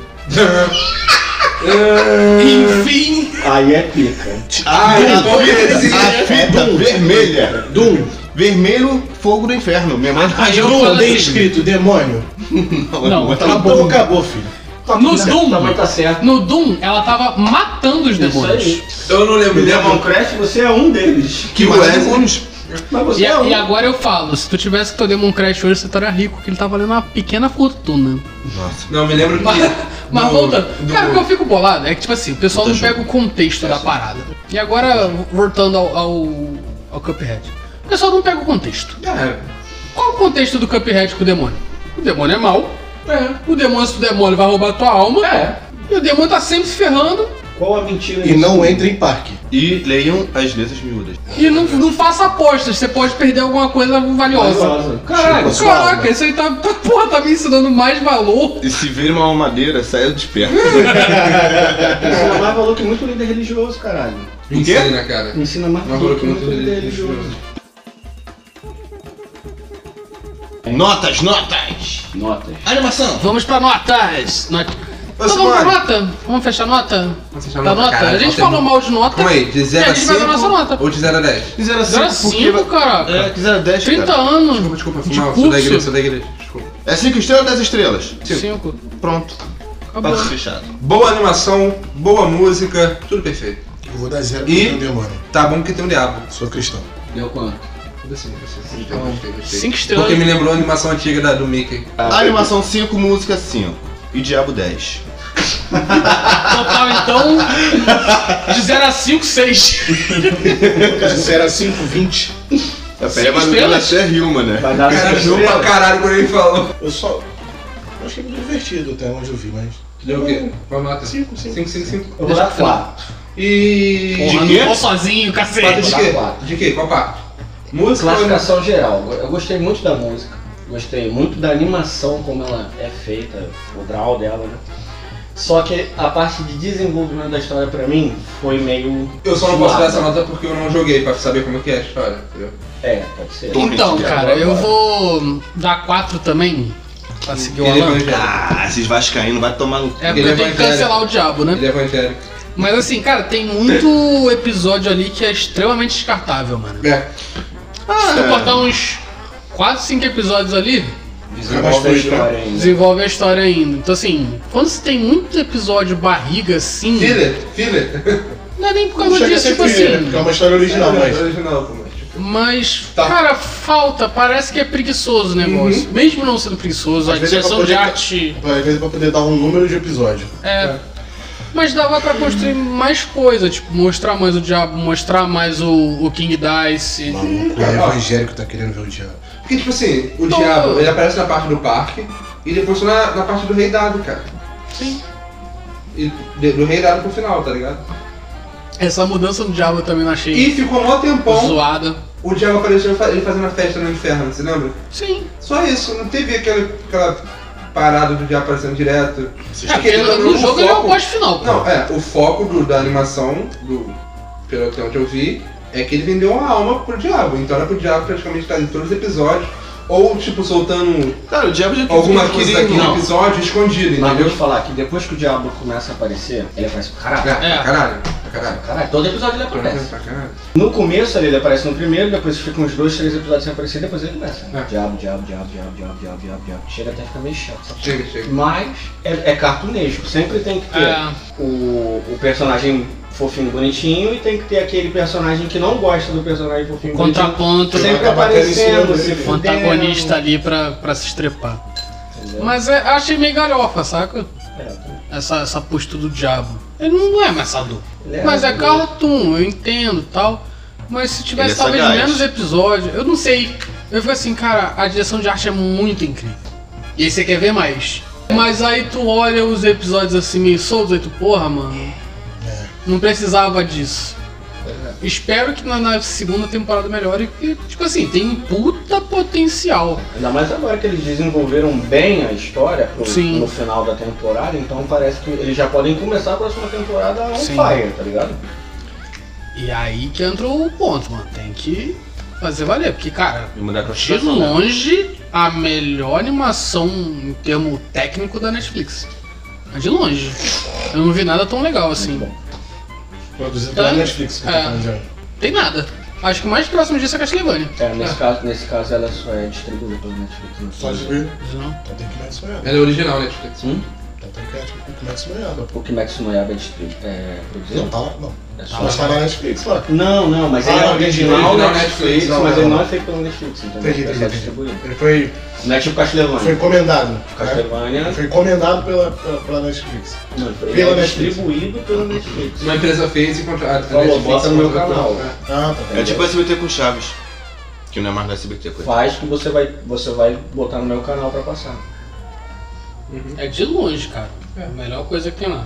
Speaker 5: Enfim,
Speaker 6: Aí é pica.
Speaker 3: A,
Speaker 2: Ai,
Speaker 3: a
Speaker 2: hipocrisia.
Speaker 3: fita, a fita vermelha. Doom. Vermelho, fogo do inferno. Minha mãe tava
Speaker 5: Aí eu
Speaker 3: jogando
Speaker 5: falo
Speaker 4: Não, bem
Speaker 5: assim,
Speaker 4: escrito, demônio.
Speaker 5: Não,
Speaker 3: Minha mãe
Speaker 5: tá
Speaker 3: tava-
Speaker 4: Então acabou, filho.
Speaker 5: No
Speaker 6: Tá-
Speaker 5: Doom.
Speaker 6: Também tá certo. É
Speaker 5: no Doom, ela tava matando os
Speaker 6: Isso
Speaker 5: demônios.
Speaker 6: aí.
Speaker 2: Eu não lembro,
Speaker 6: No Demon
Speaker 2: lembro
Speaker 6: Crash, você é um deles.
Speaker 2: que o
Speaker 3: mais
Speaker 2: Wesley.
Speaker 3: demônios.
Speaker 6: Mas
Speaker 5: E,
Speaker 6: você é
Speaker 5: a-
Speaker 6: um.
Speaker 5: e agora eu falo, se tu tivesse que teu Demon Crash hoje, você estaria rico, que ele tá valendo uma pequena fortuna.
Speaker 3: Nossa.
Speaker 2: Não, me lembro que.
Speaker 5: Mas, mas
Speaker 2: do-
Speaker 5: voltando,
Speaker 2: do-
Speaker 5: cara, o que eu fico bolado é que, tipo assim, o pessoal não
Speaker 3: Puta
Speaker 5: pega o contexto da parada. E agora, voltando ao, ao, ao Cuphead. O pessoal não pega o contexto.
Speaker 2: É,
Speaker 5: Qual o contexto do Cuphead com o demônio? O demônio é mau. O demônio, se o demônio vai roubar tua alma. E o demônio tá sempre se ferrando.
Speaker 6: Qual a mentira
Speaker 4: E
Speaker 6: nisso?
Speaker 4: não entre em parque.
Speaker 3: E leiam as letras miúdas.
Speaker 5: E não, não faça apostas, você pode perder alguma coisa
Speaker 6: Tá
Speaker 5: valiosa.
Speaker 6: Maravilhosa. Caralho.
Speaker 4: Tipo,
Speaker 5: Caraca, isso aí tá, tá, porra, tá me ensinando mais valor.
Speaker 3: E se vir uma madeira, saia de perto.
Speaker 5: Hum.
Speaker 6: Ensina mais valor que muito líder religioso, caralho.
Speaker 2: me ensina, né, cara.
Speaker 6: Ensina mais
Speaker 2: Mas falou
Speaker 6: valor que muito líder religioso.
Speaker 2: religioso.
Speaker 3: Notas, notas!
Speaker 6: Notas.
Speaker 3: Animação!
Speaker 5: Vamos pra notas. Not... Então
Speaker 2: Simone.
Speaker 5: vamos pra nota? Vamos fechar a nota?
Speaker 2: Vamos fechar
Speaker 5: Da
Speaker 2: a
Speaker 5: Tá nota?
Speaker 2: nota, cara,
Speaker 5: a gente
Speaker 2: nota é
Speaker 5: falou
Speaker 2: muito-
Speaker 5: mal de nota.
Speaker 2: Calma aí, de
Speaker 5: e
Speaker 2: 0
Speaker 5: a
Speaker 2: a
Speaker 5: gente vai dar nossa
Speaker 2: 5
Speaker 5: nota.
Speaker 2: ou de 0 a 10?
Speaker 3: 0 a 5,
Speaker 5: 0 a 5, caraca.
Speaker 3: É, que 0 a 10,
Speaker 5: 30
Speaker 3: cara.
Speaker 5: anos.
Speaker 2: Desculpa, desculpa,
Speaker 5: De
Speaker 2: foi mal, sou da
Speaker 5: curso.
Speaker 2: igreja, sou da igreja. Desculpa.
Speaker 3: É 5 estrelas ou 10 estrelas?
Speaker 5: 5.
Speaker 3: Pronto.
Speaker 5: Acabou.
Speaker 3: Passo fechado.
Speaker 2: Boa animação, boa música, tudo perfeito.
Speaker 4: Eu vou dar zero
Speaker 2: E-
Speaker 4: pro meu demônio.
Speaker 2: Tá bom que tem um diabo.
Speaker 4: Sou cristão.
Speaker 6: Deu quanto?
Speaker 2: Tudo assim, gostei, gostei, gostei, gostei.
Speaker 5: Tá Cinco estrelas.
Speaker 2: Porque me lembrou a animação antiga da, do Mickey.
Speaker 4: Ah,
Speaker 3: Animação 5, música 5. E Diabo 10.
Speaker 5: Total, então, de 0 a 5, 6.
Speaker 4: De 0 a 5, 20.
Speaker 3: É, pera,
Speaker 5: Cinco
Speaker 3: mas ela
Speaker 5: estrelas?
Speaker 3: até riu, né?
Speaker 6: Vai dar
Speaker 2: O cara
Speaker 6: cinco
Speaker 2: riu pra
Speaker 6: estrelas.
Speaker 2: caralho quando ele falou.
Speaker 4: Eu só. Eu achei muito divertido até onde eu vi, mas.
Speaker 2: Deu o quê? Vamos lá, cara. 5,
Speaker 4: Um, Cinco, cinco.
Speaker 2: 5, 5.
Speaker 6: Eu vou dar quatro.
Speaker 2: E.
Speaker 5: Porra,
Speaker 6: De quê?
Speaker 5: não vou sozinho,
Speaker 2: Quatro
Speaker 5: cacete.
Speaker 2: de
Speaker 6: Dá
Speaker 2: quê?
Speaker 6: quatro.
Speaker 2: De quê? Qual parte? Música ou animação?
Speaker 6: Classificação geral. Eu gostei muito da música. Gostei muito da animação, como ela é feita, o draw dela, né? Só que a parte de desenvolvimento da história pra mim foi meio.
Speaker 2: Eu só não posso
Speaker 6: suada.
Speaker 2: dar essa nota porque eu não joguei pra saber como é que é a história, entendeu?
Speaker 6: É, pode ser.
Speaker 5: Então,
Speaker 3: Torrent,
Speaker 5: cara, eu vou dar quatro também pra seguir o
Speaker 2: Ele é
Speaker 5: Alan.
Speaker 2: evangélico.
Speaker 3: Ah, esses vascaínos, vai tomar no...
Speaker 5: É porque
Speaker 2: Ele é
Speaker 5: eu tenho que
Speaker 2: evangélico.
Speaker 5: cancelar o diabo, né?
Speaker 2: Ele é evangélico.
Speaker 5: Mas assim, cara, tem muito episódio ali que é extremamente descartável, mano.
Speaker 2: É.
Speaker 5: Se tu cortar uns 4, 5 episódios ali,
Speaker 6: Desenvolve a
Speaker 4: Mas foi,
Speaker 6: história ainda.
Speaker 5: desenvolve a história ainda. Então assim, quando você tem muito episódio barriga assim,
Speaker 2: Filler, filler.
Speaker 5: não é nem por
Speaker 4: Não
Speaker 5: causa
Speaker 4: chega a
Speaker 5: disso,
Speaker 4: ser
Speaker 5: tipo
Speaker 4: filha, né? Porque um- é
Speaker 5: assim.
Speaker 4: uma história original,
Speaker 2: É,
Speaker 4: mas.
Speaker 2: Original, pô, mas, tipo,
Speaker 5: Mas,
Speaker 2: Tá.
Speaker 5: cara, falta, parece que é preguiçoso o negócio. Mesmo não sendo preguiçoso,
Speaker 4: Uhum. Às
Speaker 5: a
Speaker 4: vezes é pra
Speaker 5: direção de
Speaker 4: poder-
Speaker 5: arte.
Speaker 4: Às vezes pra poder dar um número de episódio.
Speaker 5: É. Mas dava pra construir mais coisa, tipo, mostrar mais o diabo, mostrar mais o, o King Dice.
Speaker 4: Maluco, é evangélico tá querendo ver o diabo.
Speaker 2: Porque, tipo assim, o
Speaker 5: Não.
Speaker 2: diabo, ele aparece na parte do parque e depois na, na parte do rei dado, cara.
Speaker 5: Sim.
Speaker 2: E de- do rei dado pro final, tá ligado?
Speaker 5: Essa mudança do diabo eu também não achei
Speaker 2: E ficou mó tempão,
Speaker 5: zoada.
Speaker 2: o diabo apareceu fa- ele fazendo a festa no inferno, você lembra?
Speaker 5: Sim.
Speaker 2: Só isso, não teve aquela, aquela parada do diabo aparecendo direto.
Speaker 4: Vocês
Speaker 2: Ah,
Speaker 4: estão- um
Speaker 2: que ele-
Speaker 5: No,
Speaker 2: o
Speaker 5: jogo ele é o
Speaker 2: foco-
Speaker 5: boss final, pô.
Speaker 2: Não, é, o foco do- da animação, do, pelo até onde eu vi, é que ele vendeu uma alma pro diabo. Então era pro diabo praticamente estar em todos os episódios. Ou, tipo, soltando
Speaker 3: Cara, o diabo já
Speaker 2: alguma
Speaker 3: já
Speaker 2: coisa
Speaker 3: queria-
Speaker 2: daquele
Speaker 6: não.
Speaker 2: episódio escondido,
Speaker 6: Mas vou te
Speaker 2: entendeu?
Speaker 6: falar que depois que o diabo começa a aparecer, ele aparece pra
Speaker 2: É,
Speaker 6: caralho.
Speaker 2: pra caralho, pra caralho.
Speaker 6: Caralho, todo episódio ele
Speaker 2: pra caralho,
Speaker 6: aparece.
Speaker 2: pra caralho.
Speaker 6: No começo ali ele aparece no primeiro, depois fica uns dois, três episódios sem aparecer, depois ele começa.
Speaker 2: É.
Speaker 6: Diabo, diabo, diabo, diabo, diabo, diabo, diabo, diabo. Chega até a ficar meio chato. sabe?
Speaker 2: Chega, chega.
Speaker 6: Mas é, é cartunesco, sempre tem que ter
Speaker 5: É.
Speaker 6: o, o personagem fofinho bonitinho e tem que ter aquele personagem que não gosta do personagem fofinho bonitinho.
Speaker 5: Contraponto,
Speaker 6: Sempre
Speaker 4: Vai acabar tendo em cima
Speaker 6: aparecendo,
Speaker 4: dele.
Speaker 6: se
Speaker 5: o
Speaker 6: fudendo,
Speaker 5: antagonista ali pra, pra se estrepar.
Speaker 6: entendeu?
Speaker 5: Mas é, achei meio galhofa, saca?
Speaker 6: É,
Speaker 5: Essa, essa postura do diabo. Ele não é ameaçador.
Speaker 6: ele
Speaker 5: Mas é
Speaker 6: um-
Speaker 5: cartoon, eu entendo tal. Mas se tivesse
Speaker 3: Ele é
Speaker 5: talvez
Speaker 3: sagaz.
Speaker 5: menos episódio, eu não sei. Eu fico assim, cara, a direção de arte é muito incrível. E aí você quer ver mais. Mas aí tu olha os episódios assim meio soltos, aí tu, porra, mano.
Speaker 3: É.
Speaker 5: Não precisava disso. Espero que na, na segunda temporada melhore, porque, tipo assim, tem puta potencial.
Speaker 6: Ainda mais agora que eles desenvolveram bem a história pro-
Speaker 5: Sim.
Speaker 6: no final da temporada, então parece que eles já podem começar a próxima temporada on
Speaker 5: Sim.
Speaker 6: fire, tá ligado?
Speaker 5: E aí que entrou o ponto, mano. Tem que fazer valer, porque, cara,
Speaker 3: E mudar a
Speaker 5: de
Speaker 3: classificação, né?
Speaker 5: longe a melhor animação em termo técnico da Netflix. É De longe. Eu não vi nada tão legal assim.
Speaker 4: Produzido pela
Speaker 5: Tanto-
Speaker 4: Netflix que eu tô
Speaker 5: é.
Speaker 4: falando já.
Speaker 5: Tem nada. Acho que o mais próximo disso é Castlevania.
Speaker 6: É, nesse, Caso, nesse caso ela só é distribuída pelo Netflix. né?
Speaker 4: Só de ver.
Speaker 5: Não.
Speaker 4: Então tem que mais sonhada.
Speaker 2: Ela é original, né, Netflix?
Speaker 6: Hum?
Speaker 4: Então tem que mais sonhada.
Speaker 6: O Kimetsu no Yaiba é, distri- é
Speaker 4: Não,
Speaker 6: produzido?
Speaker 4: tá lá. Não.
Speaker 6: É só-
Speaker 4: Mas tá na Netflix, lá.
Speaker 6: Não, não, mas
Speaker 4: Ah,
Speaker 6: ele é
Speaker 4: não,
Speaker 6: original
Speaker 2: original
Speaker 6: da
Speaker 2: Netflix,
Speaker 6: Netflix,
Speaker 2: não,
Speaker 6: mas
Speaker 2: não,
Speaker 6: ele
Speaker 2: não.
Speaker 6: não é feito pelo Netflix, entendeu?
Speaker 4: Entendi,
Speaker 6: É só
Speaker 4: entendi.
Speaker 6: distribuído.
Speaker 4: Ele foi,
Speaker 6: Não é tipo
Speaker 4: foi
Speaker 6: Castlevania.
Speaker 4: encomendado. né?
Speaker 6: Castlevania
Speaker 4: Ele Foi encomendado pela, pela, pela Netflix.
Speaker 6: não, ele
Speaker 4: Pela
Speaker 6: é
Speaker 4: Netflix.
Speaker 6: distribuído pelo Netflix.
Speaker 2: Uma empresa fez e contratou. a
Speaker 6: Falou,
Speaker 2: Netflix tá
Speaker 6: bota no meu
Speaker 2: contratou,
Speaker 6: canal.
Speaker 2: né?
Speaker 4: Ah, tá.
Speaker 3: É tipo SBT com Chaves. Que não é mais da SBT, coisa.
Speaker 6: Faz que você vai, você vai botar no meu canal pra passar.
Speaker 5: É de longe, cara. A melhor coisa que tem lá.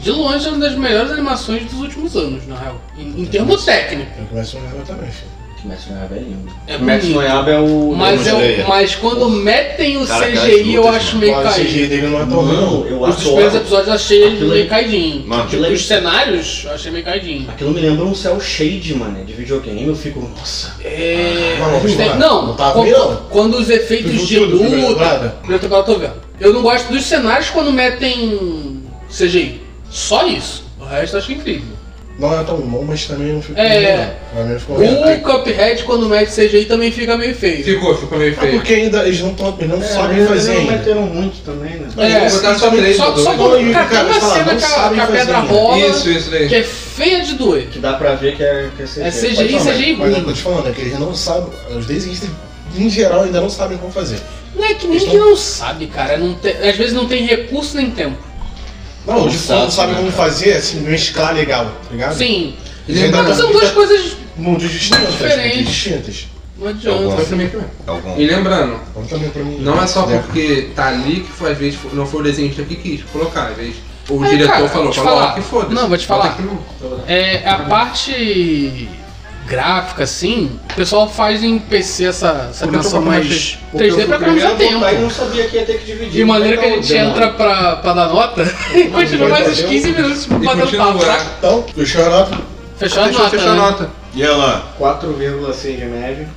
Speaker 5: De longe é uma das melhores animações dos últimos anos, na real. Em, em termo técnico.
Speaker 4: Tem que mais sonhada também, filho.
Speaker 6: Kimetsu no Yaiba é lindo.
Speaker 5: É
Speaker 6: Kimetsu no
Speaker 5: bonito.
Speaker 6: Yaiba é o...
Speaker 5: Mas, eu-
Speaker 3: Demon Slayer.
Speaker 5: mas quando metem o
Speaker 3: Cara, aquelas
Speaker 5: CGI, eu
Speaker 3: lutas,
Speaker 5: acho
Speaker 3: mano.
Speaker 5: meio
Speaker 4: Olha, o CGI
Speaker 5: caído.
Speaker 4: dele não é tão ruim,
Speaker 6: Não,
Speaker 4: não.
Speaker 6: eu
Speaker 5: Os
Speaker 6: adoro.
Speaker 5: primeiros episódios eu achei ele
Speaker 6: Aquilo é-
Speaker 5: meio caidinho. Tipo,
Speaker 3: Mano,
Speaker 6: Aquilo é-
Speaker 5: Os cenários eu achei meio caidinho.
Speaker 6: Aquilo me lembra um céu shade, mano, de videogame. Eu fico, nossa.
Speaker 5: É.
Speaker 4: Não, não,
Speaker 5: os te-
Speaker 4: não,
Speaker 5: não,
Speaker 4: não tá
Speaker 5: quando,
Speaker 4: vendo, não?
Speaker 5: quando os efeitos
Speaker 4: Tu
Speaker 5: de
Speaker 4: viu tudo, primeira
Speaker 5: luta.
Speaker 4: temporada?
Speaker 5: Primeiro temporada eu tô vendo. Eu não gosto dos cenários quando metem CGI. Só isso. O resto eu acho incrível.
Speaker 4: Não é tão bom, mas também não ficou
Speaker 5: É.
Speaker 4: ruim, não. Pra mim ficou ruim.
Speaker 5: O Cuphead quando mete CGI também fica meio feio.
Speaker 2: Ficou, ficou meio
Speaker 4: É
Speaker 2: feio.
Speaker 4: porque ainda eles não, tão, É, eles não sabem fazer
Speaker 6: É, Não
Speaker 4: ainda.
Speaker 6: meteram muito também, né?
Speaker 5: É,
Speaker 2: Vou botar só três,
Speaker 5: Só,
Speaker 2: ou
Speaker 5: só
Speaker 2: dois.
Speaker 4: Não,
Speaker 5: quando
Speaker 4: e,
Speaker 5: cara, tem
Speaker 4: cara,
Speaker 5: uma
Speaker 4: fala,
Speaker 5: cena
Speaker 4: não
Speaker 5: que a,
Speaker 4: sabem
Speaker 5: que a
Speaker 4: fazer
Speaker 5: pedra
Speaker 4: ainda.
Speaker 5: rola,
Speaker 2: Isso, isso daí.
Speaker 5: que é feia de doer.
Speaker 6: Que dá pra ver que é, que é CGI.
Speaker 5: É CGI,
Speaker 6: Pode falar.
Speaker 5: CGI.
Speaker 4: Mas é o que eu tô te falando, é que eles não sabem, os desenhistas em geral ainda não sabem como fazer.
Speaker 5: Não é que nem
Speaker 4: Eles
Speaker 5: que não sabe, cara. Não tem- às vezes não tem recurso nem tempo.
Speaker 4: Não, eles
Speaker 3: sabe,
Speaker 4: não sabem
Speaker 3: né,
Speaker 4: como
Speaker 3: cara?
Speaker 4: fazer, assim, mesclar legal, tá ligado?
Speaker 5: Sim.
Speaker 4: Eles ainda
Speaker 2: Então,
Speaker 5: Mas
Speaker 4: não-
Speaker 5: são duas coisas
Speaker 4: mundos distintos,
Speaker 5: Diferente.
Speaker 4: né, distintas.
Speaker 5: não adianta.
Speaker 3: Alguma-
Speaker 4: também pra mim.
Speaker 3: É Algum.
Speaker 2: E lembrando,
Speaker 4: Então também pra mim.
Speaker 2: não é só
Speaker 4: Né?
Speaker 2: porque tá ali que foi, às vezes, não foi o desenhista que quis colocar, às vezes. Ou o
Speaker 5: Aí,
Speaker 2: diretor
Speaker 5: É, cara,
Speaker 2: falou,
Speaker 5: vou te
Speaker 2: coloca
Speaker 5: falar.
Speaker 2: e foda-se.
Speaker 5: Não, vou te
Speaker 2: Bota
Speaker 5: falar.
Speaker 2: aqui no-
Speaker 5: É, a parte gráfica, assim, o pessoal faz em PC essa,
Speaker 2: Porque eu tô
Speaker 5: essa animação
Speaker 2: com a
Speaker 5: mais
Speaker 2: machine.
Speaker 6: Porque eu
Speaker 5: 3D
Speaker 6: fui
Speaker 5: pra
Speaker 6: o
Speaker 5: economizar
Speaker 6: primeiro a botar E não
Speaker 2: um
Speaker 5: tempo.
Speaker 6: sabia que ia ter que dividir.
Speaker 5: De maneira que a
Speaker 6: Então,
Speaker 5: gente
Speaker 6: demora.
Speaker 5: entra pra, pra dar nota e continua mais uns 15 minutos
Speaker 2: E
Speaker 5: batendo
Speaker 2: continua. né?
Speaker 5: papo, saca?
Speaker 4: Então, fechou a nota.
Speaker 5: tá? Fechou a
Speaker 2: Fechou,
Speaker 5: nota,
Speaker 2: fechou a
Speaker 5: né?
Speaker 2: nota.
Speaker 3: E ela?
Speaker 6: 4,6 de média.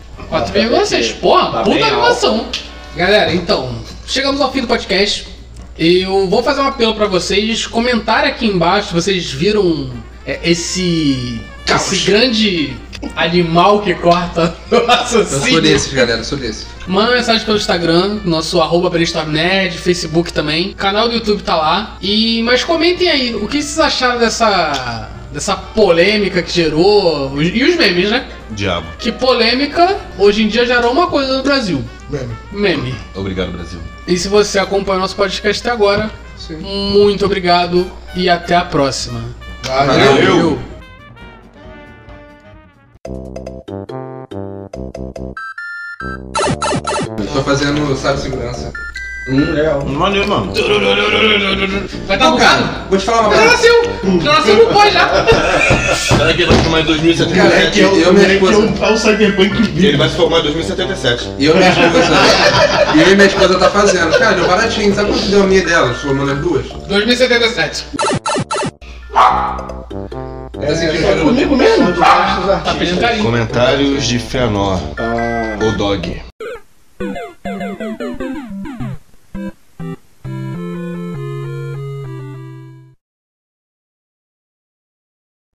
Speaker 5: 4,6. Porra,
Speaker 6: Tá
Speaker 5: puta
Speaker 6: bem alto.
Speaker 5: animação. Galera, então, chegamos ao fim do podcast. Eu vou fazer um apelo pra vocês comentar aqui embaixo se vocês viram é, esse.
Speaker 2: Caos.
Speaker 5: Esse grande animal que corta o
Speaker 2: Eu sou
Speaker 5: raciocínio.
Speaker 2: desses, galera, eu sou desses.
Speaker 5: Manda mensagem pelo Instagram, nosso arroba Brainstorm Nerd, Facebook também. Canal do YouTube tá lá. E mas comentem aí o que vocês acharam dessa dessa polêmica que gerou os- e os memes, né?
Speaker 3: Diabo.
Speaker 5: Que polêmica hoje em dia gerou uma coisa no Brasil,
Speaker 4: Meme.
Speaker 5: meme.
Speaker 3: Obrigado, Brasil.
Speaker 5: E se você acompanha nosso podcast até agora,
Speaker 2: Sim.
Speaker 5: muito obrigado e até a próxima.
Speaker 2: Valeu.
Speaker 5: Valeu.
Speaker 2: Eu tô fazendo, sabe, segurança.
Speaker 6: Hum, legal.
Speaker 3: Maneiro, mano.
Speaker 5: Vai tá
Speaker 2: Não,
Speaker 5: bugado?
Speaker 2: cara, vou te falar uma
Speaker 5: Já
Speaker 2: coisa.
Speaker 5: nasceu! Já nasceu não pode já!
Speaker 3: Será que ele vai se formar em 2077?
Speaker 2: Cara, é que eu,
Speaker 4: Eu
Speaker 2: eu minha
Speaker 4: lembrei que
Speaker 2: esposa.
Speaker 4: eu- é o Cyberpunk vivo.
Speaker 3: Ele vai se formar em 2077.
Speaker 2: E eu e minha esposa. e eu e minha esposa tá fazendo. Cara, deu baratinho. Sabe quanto deu a minha e dela? Somando as duas?
Speaker 5: 2077.
Speaker 2: É assim que
Speaker 4: É comigo mesmo?
Speaker 2: Tá
Speaker 5: Tá pedindo carinho.
Speaker 3: Comentários de Fenor. O Dog.